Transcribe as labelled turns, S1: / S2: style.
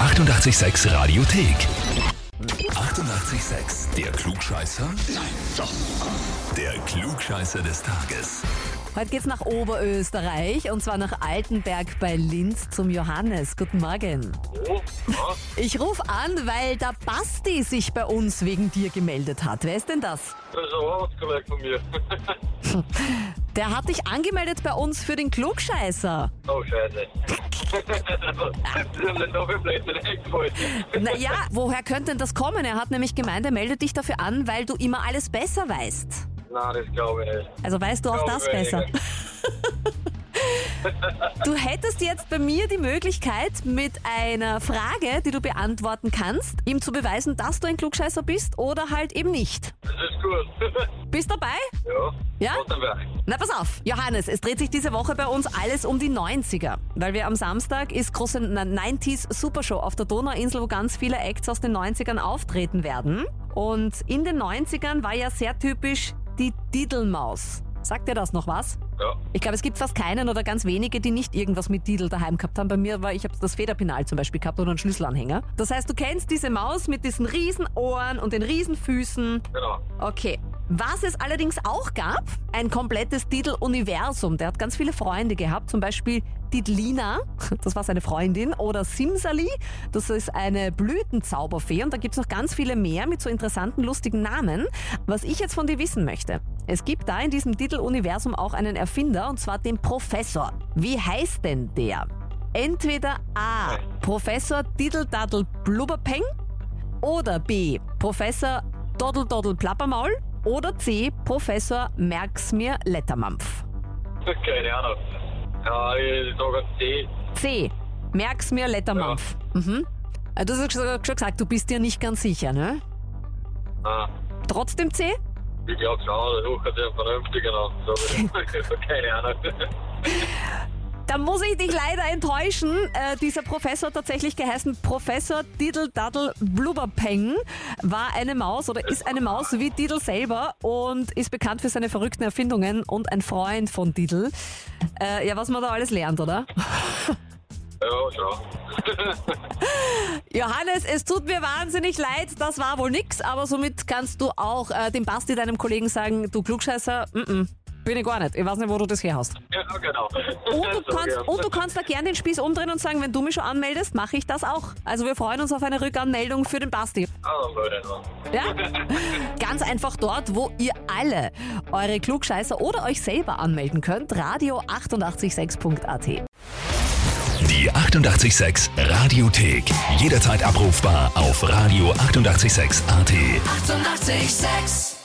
S1: 886 Radiothek. 88,6. Der Klugscheißer? Nein, doch. Der Klugscheißer des Tages.
S2: Heute geht's nach Oberösterreich und zwar nach Altenberg bei Linz zum Johannes. Guten Morgen.
S3: Ja,
S2: Ich rufe an, weil der Basti sich bei uns wegen dir gemeldet hat. Wer ist denn das?
S3: das ist ein Arbeitskollege von mir.
S2: Der hat dich angemeldet bei uns für den Klugscheißer.
S3: oh, scheiße. das ist mir noch im Blödsinn eingefallen.
S2: Naja, woher könnte denn das kommen? Er hat nämlich gemeint, er meldet dich dafür an, weil du immer alles besser weißt.
S3: Nein, das glaube ich nicht.
S2: Also weißt du auch das
S3: Glaube
S2: besser.
S3: weniger.
S2: Du hättest jetzt bei mir die Möglichkeit, mit einer Frage, die du beantworten kannst, ihm zu beweisen, dass du ein Klugscheißer bist oder halt eben nicht.
S3: Das ist gut.
S2: Bist dabei?
S3: ja.
S2: Ja?
S3: Ottenberg.
S2: Na pass auf, Johannes, es dreht sich diese Woche bei uns alles um die 90er, weil wir am Samstag ist große 90s Supershow auf der Donauinsel, wo ganz viele Acts aus den 90ern auftreten werden. Und in den 90ern war ja sehr typisch die Didelmaus. Sagt dir das noch was?
S3: Ja.
S2: Ich glaube, es gibt fast keinen oder ganz wenige, die nicht irgendwas mit Didel daheim gehabt haben. Bei mir war, ich habe das Federpinal zum Beispiel gehabt oder einen Schlüsselanhänger. Das heißt, du kennst diese Maus mit diesen riesen Ohren und den riesen Füßen.
S3: Genau.
S2: Okay. Was es allerdings auch gab, ein komplettes Didel-Universum. Der hat ganz viele Freunde gehabt, zum Beispiel Didlina, das war seine Freundin, oder Simsali, das ist eine Blütenzauberfee. Und da gibt's noch ganz viele mehr mit so interessanten, lustigen Namen. Was ich jetzt von dir wissen möchte, es gibt da in diesem Didel-Universum auch einen Erfinder, und zwar den Professor. Wie heißt denn der? Entweder A. Professor Diddle-Daddle Blubberpeng oder B. Professor Doddel Doddel Plappermaul oder C. Professor Merk's mir Lettermampf.
S3: Keine Ahnung. nou. Ja, ich sage C.
S2: C. Merk's mir Lettermampf. Mhm. Äh, Du hast ja schon gesagt, du bist dir nicht ganz sicher, ne?
S3: Nein.
S2: Trotzdem C?
S3: Ich glaube schon, der Huch hat sich einen vernünftigen an. Sag ich. Keine Ahnung.
S2: Da muss ich dich leider enttäuschen. Äh, dieser Professor hat tatsächlich geheißen Professor Diddle Daddle Blubberpeng war eine Maus oder ist eine Maus wie Diddle selber und ist bekannt für seine verrückten Erfindungen und ein Freund von Diddle. Äh, ja, was man da alles lernt, oder?
S3: Ja, schon.
S2: Johannes, es tut mir wahnsinnig leid, das war wohl nix, aber somit kannst du auch äh, dem Basti, deinem Kollegen, sagen, du Klugscheißer, mm -mm, bin ich gar nicht, ich weiß nicht, wo du das her hast.
S3: ja, genau.
S2: Und du,
S3: So,
S2: kannst,
S3: ja.
S2: und du kannst da gern den Spieß umdrehen und sagen, wenn du mich schon anmeldest, mache ich das auch. Also wir freuen uns auf eine Rückanmeldung für den Basti.
S3: Ah, Leute, Mann.
S2: Ja? Ganz einfach dort, wo ihr alle eure Klugscheißer oder euch selber anmelden könnt, radio886.at.
S1: Die 88,6 Radiothek. Jederzeit abrufbar auf radio886.at. 88,6.
S4: Eighty-eight, sex.